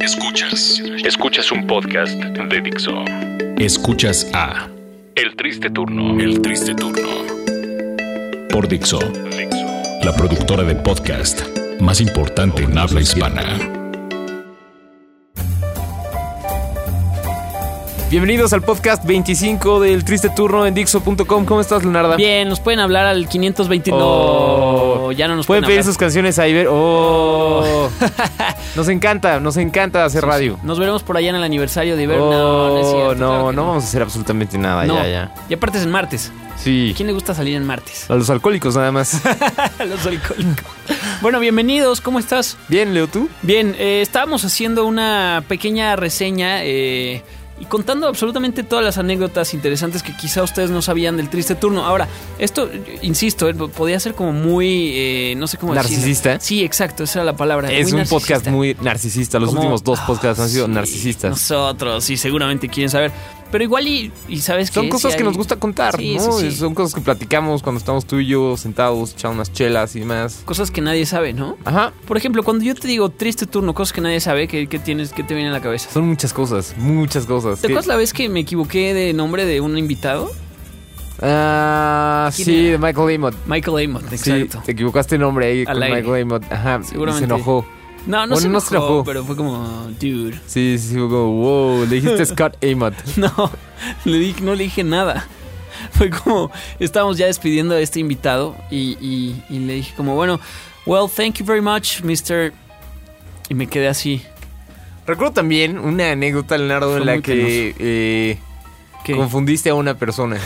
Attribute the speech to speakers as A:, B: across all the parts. A: Escuchas, escuchas un podcast de Dixo. Escuchas a El Triste Turno, El Triste Turno. Por Dixo, la productora de podcast más importante en habla hispana.
B: Bienvenidos al podcast 25 del triste turno en Dixo.com. ¿Cómo estás, Leonarda?
C: Bien, nos pueden hablar al 529.
B: Oh.
C: ya no nos
B: Pueden
C: pueden,
B: pedir
C: hablar.
B: sus canciones a Iber. Oh. nos encanta, nos encanta hacer radio.
C: Nos veremos por allá en el aniversario de Iber.
B: Oh,
C: no, no es cierto, claro
B: no,
C: que
B: no vamos a hacer absolutamente nada.
C: No.
B: Ya, ya.
C: Y aparte es en martes.
B: Sí.
C: ¿A quién le gusta salir en martes?
B: A los alcohólicos nada más.
C: A los alcohólicos. bueno, bienvenidos, ¿cómo estás?
B: Bien, Leo, tú.
C: Bien, eh, estábamos haciendo una pequeña reseña eh, y contando absolutamente todas las anécdotas interesantes que quizá ustedes no sabían del triste turno. Ahora, esto, eh, insisto, eh, podía ser como muy, eh, no sé cómo decirlo.
B: Narcisista. ¿eh?
C: Sí, exacto, esa era la palabra.
B: Es
C: muy
B: un
C: narcisista.
B: podcast muy narcisista. Los
C: Como-
B: últimos dos podcasts han sido
C: Ah, Sí,
B: narcisistas.
C: Nosotros, sí, seguramente quieren saber. Pero igual y, y sabes
B: Son
C: que
B: cosas
C: sí
B: que
C: hay-
B: nos gusta contar,
C: Sí,
B: ¿no?
C: sí, sí.
B: Son cosas que platicamos cuando estamos tú y yo sentados, echando unas chelas y más.
C: Cosas que nadie sabe, ¿no?
B: Ajá.
C: Por ejemplo, cuando yo te digo triste turno, cosas que nadie sabe, ¿qué, qué tienes, qué te viene a la cabeza?
B: Son muchas cosas, muchas cosas.
C: ¿Te
B: Que-
C: acuerdas la vez que me equivoqué de nombre de un invitado?
B: Ah,
C: ¿Quién
B: sí,
C: era?
B: de Michael Amott.
C: Michael Amott, exacto.
B: Sí, te equivocaste el nombre ahí
C: Al
B: con
C: aire.
B: Michael Amott. Ajá, y se
C: Seguramente.
B: enojó.
C: No, no,
B: Bueno,
C: se,
B: no
C: enojó,
B: se enojó.
C: pero fue como, dude.
B: Sí, sí, sí, fue como, wow, le dijiste Scott Amott.
C: No, le di- no le dije nada. Fue como, estábamos ya despidiendo a este invitado y, y- y le dije como, bueno, well, thank you very much, Mr. Y me quedé así.
B: Recuerdo también una anécdota, Leonardo,
C: Fue
B: en la
C: muy
B: que eh,
C: ¿Qué?
B: confundiste a una persona.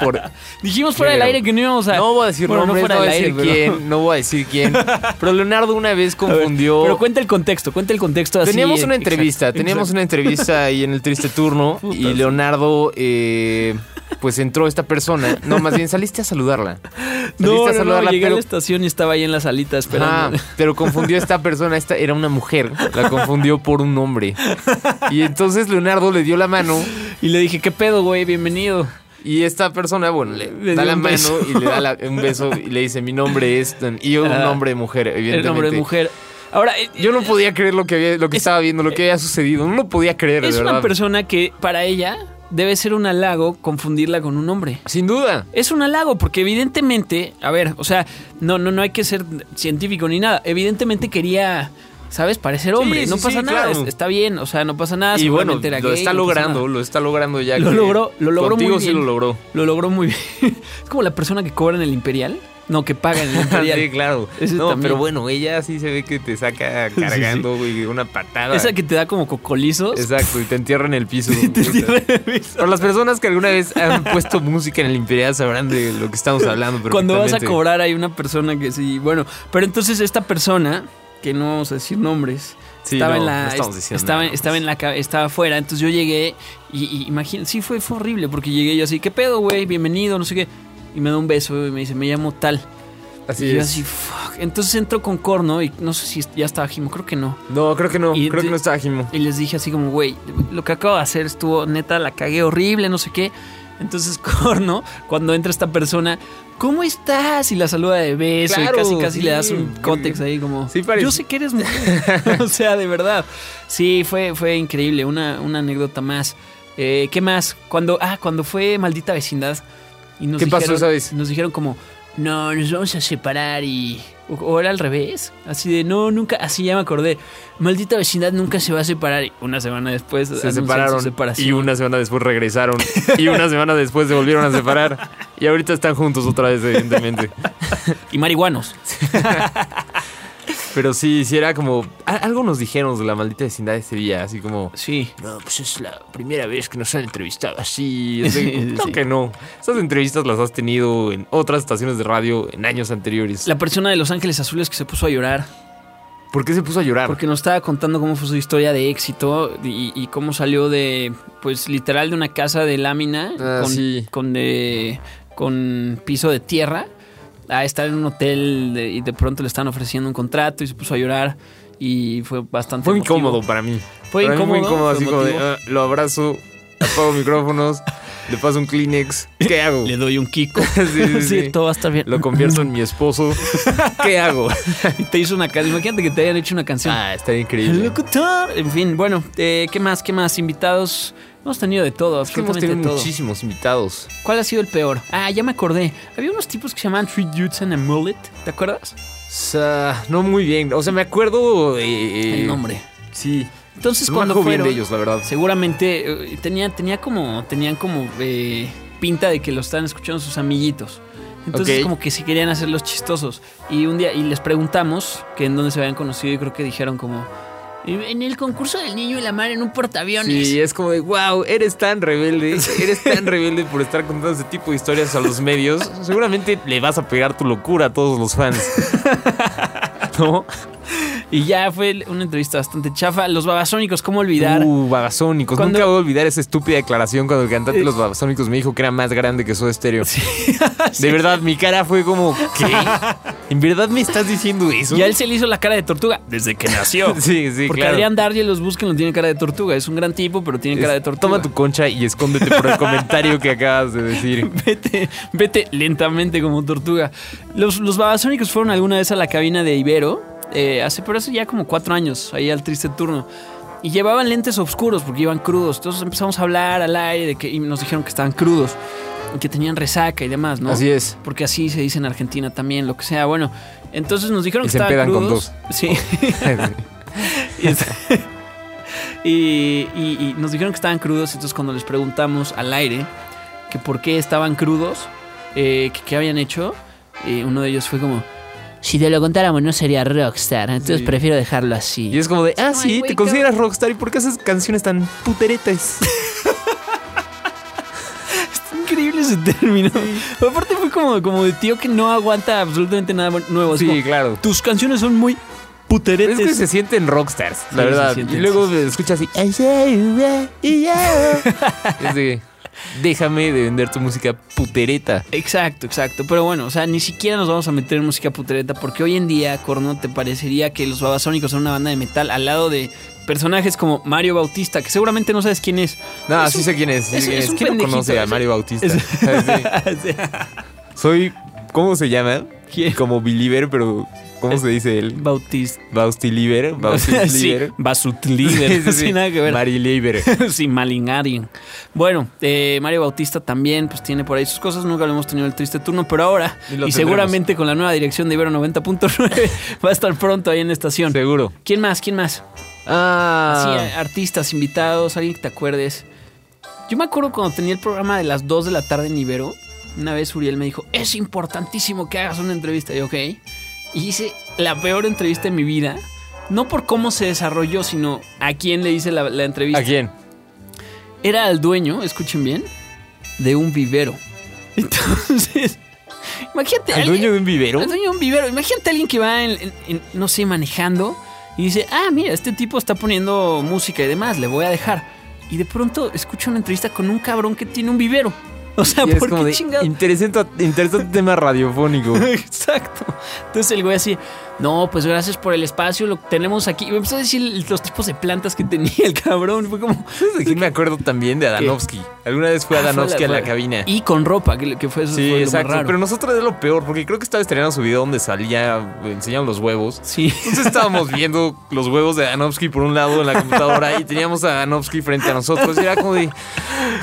B: Por-
C: Dijimos fuera del
B: Creo.
C: aire que no íbamos a...
B: no voy a decir
C: bueno, no
B: nombres, no,
C: fuera
B: voy a
C: del
B: decir
C: aire, pero-
B: quién, no voy a decir quién. Pero Leonardo una vez
C: A ver,
B: confundió...
C: Pero cuenta el contexto, cuenta el contexto así.
B: Teníamos
C: eh,
B: una entrevista,
C: exacto,
B: teníamos
C: exacto.
B: una entrevista ahí en el triste turno y
C: Putas.
B: Leonardo, eh, pues entró esta persona. No, más bien saliste a saludarla. Saliste
C: No,
B: a
C: no, no,
B: saludarla,
C: llegué a
B: pero,
C: la estación y estaba ahí en la salita
B: Ajá,
C: esperando.
B: pero confundió a esta persona, esta era una mujer, la confundió por un hombre. Y entonces Leonardo le dio la mano
C: Y le dije, ¿qué pedo, güey? Bienvenido.
B: y esta persona, bueno, le,
C: Le
B: da
C: dio
B: la
C: un
B: mano
C: beso.
B: y le da la- un beso y le dice, mi nombre es... tan", Y yo, un
C: Ah,
B: nombre de mujer, evidentemente.
C: El nombre de mujer. Ahora, eh,
B: Yo no podía creer lo que, había, lo que
C: Es-
B: estaba viendo, lo que había sucedido. No lo podía creer,
C: es
B: de
C: una
B: verdad.
C: persona que para ella debe ser un halago confundirla con un hombre.
B: Sin duda.
C: Es un halago porque evidentemente, a ver, o sea, no, no, no hay que ser científico ni nada. Evidentemente quería, ¿sabes? Parecer
B: Sí,
C: hombre.
B: sí,
C: no
B: sí,
C: pasa nada.
B: claro.
C: es- Está bien, o sea, no pasa nada.
B: Y bueno,
C: seguramente era
B: lo
C: gay,
B: está
C: no pasa
B: logrando,
C: nada.
B: lo está logrando ya.
C: Lo
B: que
C: logró, lo logró muy
B: contigo sí
C: bien.
B: lo logró.
C: Lo logró muy bien. es como la persona que cobra en el Imperial. No, que paga en el Imperial.
B: Sí, claro.
C: Ese
B: no,
C: también.
B: pero bueno, ella sí se ve que te saca
C: sí.
B: cargando, güey, una patada.
C: Esa que te da como cocolizos.
B: Exacto, y te entierra en el piso.
C: Te tiene el piso.
B: Pero las personas que alguna vez han puesto música en el Imperial sabrán de lo que estamos hablando.
C: Cuando vas a
B: perfectamente.
C: cobrar hay una persona que sí. Bueno, pero entonces esta persona, que no vamos a decir nombres,
B: Sí,
C: estaba
B: no,
C: en la.
B: no estamos diciendo
C: estaba,
B: nada. pues.
C: estaba en la ca- estaba afuera. Entonces yo llegué y, y imagín- sí fue, fue horrible, porque llegué yo así, ¿qué pedo, güey? Bienvenido, no sé qué. Y me da un beso y me dice, me llamo tal.
B: Así
C: y yo
B: es.
C: así, fuck. Entonces entro con corno y no sé si ya estaba Jimo, creo que no.
B: No, creo que no.
C: Y
B: Creo que
C: te-
B: no estaba Jimo.
C: Y les dije así como, güey, lo que acabo de hacer estuvo neta, la cagué horrible, no sé qué. Entonces, Corno, cuando entra esta persona, ¿cómo estás? Y la saluda de beso
B: Claro,
C: y casi casi
B: sí.
C: le das un context ahí como,
B: Sí, parece-
C: yo sé que eres mujer. o sea, de verdad. Sí, fue, fue increíble, una, una anécdota más. Eh, ¿Qué más? Cuando, ah, cuando fue Maldita Vecindad y nos
B: ¿Qué pasó
C: dijeron,
B: esa vez?
C: Nos dijeron como, no, nos vamos a separar y... O, o era al revés, así de, no, nunca, así ya me acordé. Maldita vecindad nunca se va a separar. Y una semana después
B: Se separaron y
C: Y
B: una semana después regresaron y una semana después se volvieron a separar y ahorita están juntos otra vez evidentemente.
C: Y marihuanos.
B: Pero sí, sí era como... a- Algo nos dijeron de la maldita vecindad de ese día, así como...
C: Sí.
B: No, pues es la primera vez que nos han entrevistado así. Es de-
C: Sí,
B: no
C: sí.
B: que no. Esas entrevistas las has tenido en otras estaciones de radio en años anteriores.
C: La persona de Los Ángeles Azules que se puso a llorar
B: ¿Por qué se puso a llorar?
C: porque nos estaba contando cómo fue su historia de éxito y, y cómo salió de, pues literal, de una casa de lámina
B: Ah,
C: con,
B: sí.
C: con, de- con piso de tierra a estar en un hotel de- y de pronto le están ofreciendo un contrato y se puso a llorar y fue bastante
B: Fue
C: emotivo.
B: incómodo para mí.
C: Fue
B: Para mí
C: incómodo.
B: fue incómodo,
C: fue
B: así como de,
C: emotivo.
B: "Ah, lo abrazo, apago micrófonos le paso un Kleenex. ¿Qué hago?
C: "Ah, Le doy un Kiko.
B: Sí, sí,
C: Sí,
B: sí.
C: todo va a estar bien.
B: Lo convierto en mi esposo. ¿Qué hago?
C: Y te hizo una canción. Imagínate que te hayan hecho una canción.
B: Ah, estaría
C: El
B: increíble.
C: locutor. En fin, bueno, eh, ¿qué más? ¿Qué más? Invitados. Hemos tenido de todo,
B: Es que hemos
C: absolutamente
B: tenido
C: de todo.
B: muchísimos invitados.
C: ¿Cuál ha sido el peor? Ah, ya me acordé. Había unos tipos que se llamaban Three Dudes and a Mullet. ¿Te acuerdas?
B: O sea, no muy bien. O sea, me acuerdo. eh,
C: El nombre.
B: Sí.
C: Entonces,
B: No me
C: cuando
B: acuerdo bien
C: fueron,
B: de ellos, la verdad.
C: seguramente eh, tenía, tenía como, tenían como eh, pinta de que lo estaban escuchando sus amiguitos. Entonces,
B: Ok.
C: como que se querían hacer los chistosos. Y un día, y les preguntamos que en dónde se habían conocido, y creo que dijeron como. "Eh, En el concurso del niño y la madre en un portaaviones.
B: Sí, es como de, wow, eres tan rebelde, eres tan rebelde por estar contando ese tipo de historias a los medios. Seguramente le vas a pegar tu locura a todos los fans. ¿No?
C: Y ya fue una entrevista bastante chafa. Los babasónicos, ¿cómo olvidar?
B: Uh, babasónicos.
C: Cuando- Eh.
B: Nunca voy a olvidar esa estúpida declaración cuando el cantante de los babasónicos me dijo que era más grande que Soda Stereo. De verdad, mi cara fue como, ¿qué? ¿En verdad me estás diciendo eso?
C: Y a él se le hizo la cara de tortuga desde que nació.
B: Sí, sí,
C: Porque
B: claro.
C: Adrián Darje los busquen, no tiene cara de tortuga. Es un gran tipo, pero tiene cara de tortuga.
B: Toma tu concha y escóndete por el comentario que acabas de decir.
C: Vete, vete lentamente como tortuga. Los, los babasónicos fueron alguna vez a la cabina de Ibero, eh, hace, pero hace ya como cuatro años, ahí al triste turno. Y llevaban lentes oscuros porque iban crudos. Entonces empezamos a hablar al aire de que, y nos dijeron que estaban crudos, y que tenían resaca y demás, ¿no?
B: Así es.
C: Porque así se dice en Argentina también, lo que sea. Bueno, entonces nos dijeron
B: Y
C: que
B: se
C: estaban
B: empedan con
C: crudos. Sí. Y es- y, y- y nos dijeron que estaban crudos, entonces cuando les preguntamos al aire que por qué estaban crudos, eh, que qué habían hecho, eh, uno de ellos fue como, si te lo contáramos no sería rockstar, entonces
B: Sí.
C: prefiero dejarlo así.
B: Y es como de, ah,
D: güey,
B: sí, te
D: qué
B: consideras rockstar y por qué haces canciones tan puteretas.
C: increíble ese término. Aparte fue como, como de tío que no aguanta absolutamente nada nuevo. es como,
B: claro.
C: Tus canciones son muy puteretes.
B: Es que se sienten rockstars, la
C: Sí, se
B: verdad.
C: sienten,
B: Y luego
C: sí,
B: escuchas así. "I say you are, y ya". es de, déjame de vender tu música putereta.
C: Exacto, exacto. Pero bueno, o sea, ni siquiera nos vamos a meter en música putereta porque hoy en día, Corno, te parecería que los Babasónicos son una banda de metal al lado de personajes como Mario Bautista, que seguramente no sabes quién es.
B: No,
C: Es
B: sí
C: un-
B: sé quién es. sí
C: es-
B: sé quién
C: es
B: es.
C: un
B: ¿Quién no
C: pendejito,
B: conoce a
C: es-
B: Mario Bautista?
C: es-
B: Sí. Soy, ¿cómo se llama?
C: ¿Quién?
B: Como believer, pero ¿cómo se dice él?
C: Bautista.
B: Baustiliver,
C: sí,
B: Baustiliver.
C: Basutliver. Sin nada que ver.
B: Mariliver.
C: sí, Malingarien. Bueno, eh, Mario Bautista también pues tiene por ahí sus cosas. Nunca lo hemos tenido el triste turno, pero ahora,
B: Y
C: y,
B: lo tendremos.
C: seguramente con la nueva dirección de Ibero 90.9, va a estar pronto ahí en la estación.
B: Seguro.
C: ¿Quién más? ¿Quién más?
B: Ah.
C: Sí, artistas, invitados, alguien que te acuerdes. Yo me acuerdo cuando tenía el programa de las 2 de la tarde en Ibero, una vez Uriel me dijo, es importantísimo que hagas una entrevista. Y yo, ok. Y hice la peor entrevista de mi vida. No por cómo se desarrolló, sino a quién le hice la, la entrevista.
B: ¿A quién?
C: Era al dueño, escuchen bien, de un vivero. Entonces, imagínate.
B: ¿Al
C: alguien-
B: dueño de un vivero?
C: al dueño de un vivero. Imagínate a alguien que va, en, en- en, no sé, manejando y dice, ah, mira, este tipo está poniendo música y demás, le voy a dejar. Y de pronto escucha una entrevista con un cabrón que tiene un vivero. O sea,
B: Y es
C: ¿por
B: como
C: qué
B: de,
C: chingado?
B: interesante, interesante tema radiofónico.
C: Exacto. Entonces el güey así, no, pues gracias por el espacio, lo tenemos aquí. Y me empezó a decir los tipos de plantas que tenía el cabrón. Fue como...
B: ¿Sabes de quién me acuerdo también? De Adanovsky. Alguna vez fue Adanovsky
C: Ah,
B: en
C: fue
B: la cabina.
C: Y con ropa, que, que fue eso.
B: Sí,
C: fue lo más
B: exacto.
C: raro.
B: Pero nosotros es lo peor, porque creo que estaba estrenando su video donde salía, eh, enseñaban los huevos.
C: Sí.
B: Entonces estábamos viendo los huevos de Adanovsky por un lado en la computadora y teníamos a Adanovsky frente a nosotros. Y era como de,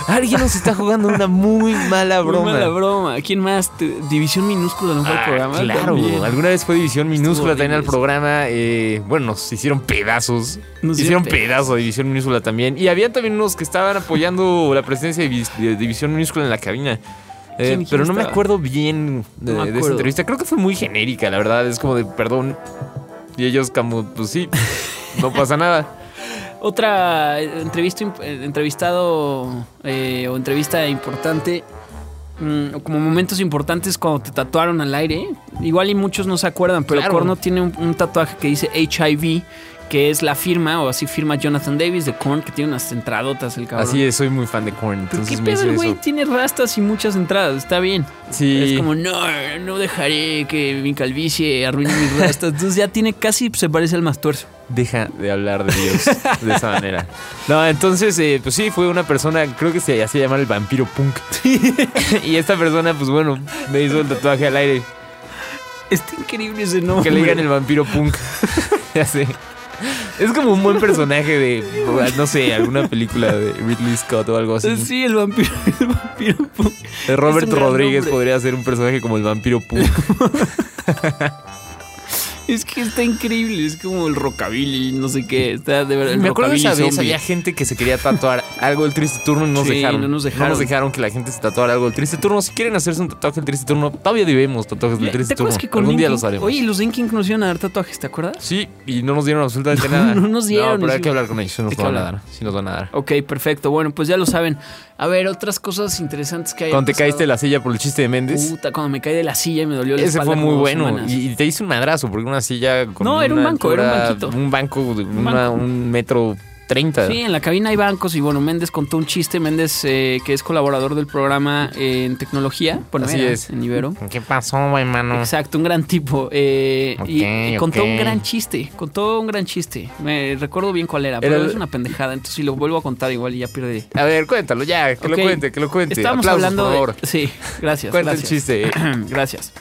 B: alguien nos está jugando una muy mala
C: Muy
B: broma.
C: mala broma. ¿Quién más? Te- División minúscula, no fue el
B: Ah,
C: programa.
B: claro,
C: También.
B: alguna vez fue División Minúscula también
C: horrible
B: al
C: eso.
B: programa. eh, bueno, nos hicieron pedazos.
C: Nos
B: hicieron
C: hicieron pedazos.
B: pedazos a División Minúscula también. Y había también unos que estaban apoyando la presencia de, Divis- de División Minúscula en la cabina. Eh,
C: ¿Quién- quién
B: pero no me
C: estaba?
B: acuerdo bien de,
C: No me
B: de esa
C: acuerdo.
B: entrevista. Creo que fue muy genérica, la verdad. Es como de, perdón. Y ellos como, pues sí, no pasa nada.
C: Otra eh, entrevista, imp- eh, entrevistado eh, o entrevista importante, mm, o como momentos importantes cuando te tatuaron al aire. Igual y muchos no se acuerdan, pero
B: Claro.
C: Corno tiene un, un tatuaje que dice HIV que es la firma, o así firma Jonathan Davis de Korn, que tiene unas entradotas el cabrón.
B: Así es, soy muy fan de Korn.
C: Pero qué
B: Entonces me
C: pedo,
B: hizo
C: el güey
B: eso.
C: tiene rastas y muchas entradas, está bien.
B: Sí.
C: Es como, no, no dejaré que mi calvicie arruine mis rastas. Entonces ya tiene casi, se parece al más tuerzo.
B: Deja de hablar de Dios de esa manera. No, entonces, eh, pues sí, fue una persona, creo que se hacía llamar el vampiro punk. y esta persona, pues bueno, me hizo el tatuaje al aire.
C: Está increíble ese nombre.
B: Que le digan el vampiro punk. ya sé. Es como un buen personaje de, no sé, alguna película de Ridley Scott o algo así.
C: Sí, el vampiro, el vampiro punk.
B: Eh, Robert
C: es un gran
B: Rodríguez
C: nombre.
B: podría ser un personaje como el vampiro punk.
C: Es que está increíble, es como el rockabilly, no sé qué, está de verdad. el
B: Me acuerdo de esa
C: rockabilly
B: vez había
C: zombie.
B: gente que se quería tatuar algo del triste turno y nos
C: Sí,
B: dejaron.
C: no nos dejaron.
B: que la gente se tatuara algo del triste turno. Si quieren hacerse un tatuaje del triste turno, todavía debemos tatuajes del
C: ¿Te
B: triste turno.
C: acuerdas que con
B: Algún día
C: Linkin-
B: los haremos.
C: Oye, los de Inking nos iban a dar tatuajes, ¿te acuerdas?
B: Sí, y no nos dieron absolutamente nada.
C: no nos dieron,
B: pero hay
C: sí.
B: que hablar con ellos. Sí nos
C: Hay que
B: van a
C: hablar.
B: dar. Sí nos van a dar.
C: Ok, perfecto. Bueno, pues ya lo saben. A ver, otras cosas interesantes que hay.
B: Cuando te caíste de la silla por el chiste de Méndez.
C: pues, ah, Puta, cuando me caí de la silla y me dolió la
B: Ese
C: espalda
B: fue
C: como
B: muy
C: dos
B: bueno.
C: semanas.
B: Y, y te hice un madrazo, porque una silla con
C: No, era un
B: una
C: banco, era un
B: altura-
C: banquito.
B: Un banco de
C: Un
B: una-
C: banco.
B: un metro treinta.
C: Sí, en la cabina hay bancos y bueno, Méndez contó un chiste. Méndez, eh, que es colaborador del programa eh, en tecnología, bueno,
B: Así
C: era,
B: es.
C: en Ibero.
B: ¿Qué pasó, hermano?
C: Exacto, un gran tipo. eh, y- y,
B: Ok,
C: contó
B: ok.
C: un gran chiste, contó un gran chiste. Me recuerdo bien cuál era,
B: Era
C: pero
B: el-
C: es una pendejada. Entonces, si lo vuelvo a contar, igual ya perdí.
B: A ver, cuéntalo ya, que
C: Ok.
B: lo cuente, que lo cuente.
C: Estábamos
B: Aplausos,
C: hablando
B: por
C: de-
B: favor.
C: Sí, gracias.
B: Cuenta el
C: gracias.
B: chiste.
C: gracias.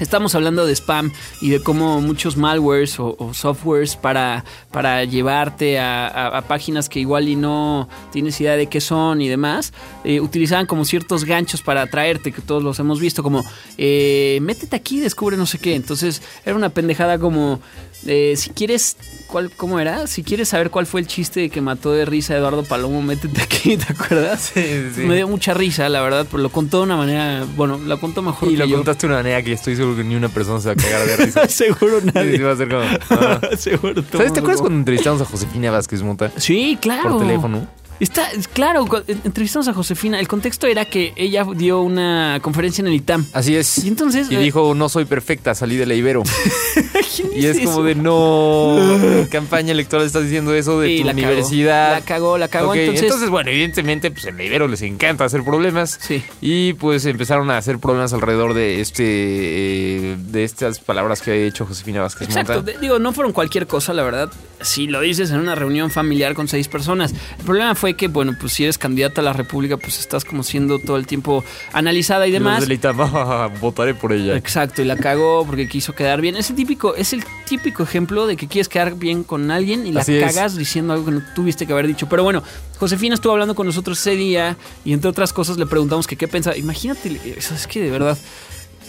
C: Estamos hablando de spam y de cómo muchos malwares o, o softwares para, para llevarte a, a- a páginas que igual y no tienes idea de qué son y demás, eh, utilizaban como ciertos ganchos para atraerte, que todos los hemos visto, como eh, métete aquí, descubre no sé qué. Entonces era una pendejada como, eh, si quieres, ¿cuál, ¿cómo era? Si quieres saber cuál fue el chiste que mató de risa a Eduardo Palomo, métete aquí, ¿te acuerdas? Me dio mucha risa, la verdad, pero lo contó de una manera, bueno, lo contó mejor
B: Y
C: que
B: lo
C: yo.
B: contaste de una manera que estoy seguro que ni una persona se va a cagar de risa.
C: Seguro
B: Y se
C: nadie.
B: va a hacer como, ah.
C: Seguro todo
B: ¿Sabes? ¿Te acuerdas
C: mundo.
B: cuando entrevistamos a Josefina Vázquez Mota
C: Sí, claro.
B: por teléfono?
C: Está, claro, cu- en- entrevistamos a Josefina. El contexto era que ella dio una conferencia en el ITAM.
B: Así es.
C: Y entonces.
B: Y
C: eh,
B: dijo, no soy perfecta, salí de la Ibero.
C: ¿quién
B: Y es
C: eso?
B: como de, no, en campaña electoral estás diciendo eso de
C: Sí,
B: tu
C: la cagó,
B: universidad.
C: la cagó, la cagó.
B: Ok,
C: entonces,
B: bueno, evidentemente, pues en la Ibero les encanta hacer problemas.
C: Sí.
B: Y pues empezaron a hacer problemas alrededor de este eh, de estas palabras que ha hecho Josefina Vázquez
C: Exacto,
B: Mota.
C: de- digo, no fueron cualquier cosa, la verdad. Si lo dices en una reunión familiar con seis personas. El problema fue que, bueno, pues si eres candidata a la República, pues estás como siendo todo el tiempo analizada y demás.
B: Los del ITAM, "Ah, votaré por ella.
C: Exacto, y la cagó porque quiso quedar bien. Es el típico, es el típico ejemplo de que quieres quedar bien con alguien y la
B: Así es.
C: cagas diciendo algo que no tuviste que haber dicho. Pero bueno, Josefina estuvo hablando con nosotros ese día y entre otras cosas le preguntamos que qué pensaba. Imagínate, eso es que de verdad.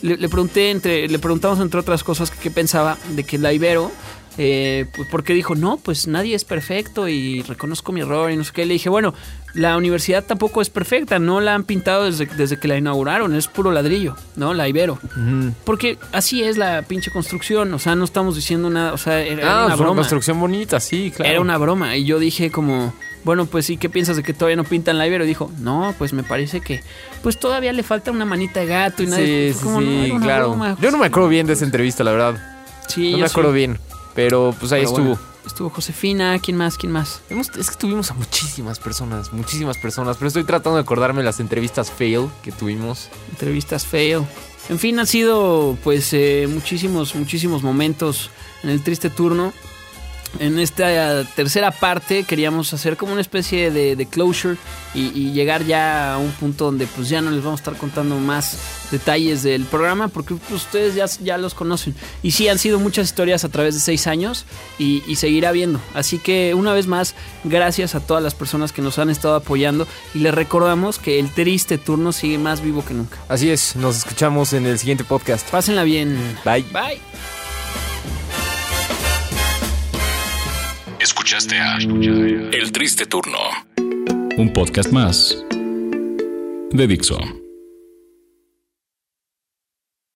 C: Le, le pregunté entre, le preguntamos entre otras cosas que qué pensaba de que la Ibero. eh, pues, porque dijo, no, pues nadie es perfecto y reconozco mi error y no sé qué. Le dije, bueno, la universidad tampoco es perfecta, no la han pintado desde, desde que la inauguraron, es puro ladrillo, ¿no? La Ibero.
B: Ujú.
C: Porque así es la pinche construcción, o sea, no estamos diciendo nada, o sea,
B: Ah,
C: era, era una
B: fue una
C: broma.
B: construcción bonita, sí, claro.
C: Era una broma. Y yo dije como, bueno, pues sí, ¿qué piensas de que todavía no pintan la Ibero? Y dijo, no, pues me parece que, pues todavía le falta una manita de gato y nadie...
B: Sí,
C: fue
B: sí,
C: como, no,
B: sí,
C: era una
B: claro.
C: broma.
B: Yo no me acuerdo bien de esa entrevista, la verdad.
C: Sí,
B: no
C: yo
B: me
C: sí.
B: acuerdo bien. Pero pues ahí
C: Pero
B: estuvo.
C: bueno, estuvo Josefina, ¿quién más? ¿Quién más?
B: Hemos- es que tuvimos a muchísimas personas, muchísimas personas. Pero estoy tratando de acordarme las entrevistas fail que tuvimos.
C: Entrevistas fail. En fin, han sido pues eh, muchísimos, muchísimos momentos en el triste turno. En esta tercera parte queríamos hacer como una especie de, de closure y, y llegar ya a un punto donde pues ya no les vamos a estar contando más detalles del programa porque pues, ustedes ya, ya los conocen. Y sí, han sido muchas historias a través de seis años y, y seguirá viendo. Así que una vez más, gracias a todas las personas que nos han estado apoyando y les recordamos que el triste turno sigue más vivo que nunca.
B: Así es, nos escuchamos en el siguiente podcast.
C: Pásenla bien.
B: Bye.
C: Bye.
A: Escuchaste a El Triste Turno. Un podcast más de Dixo.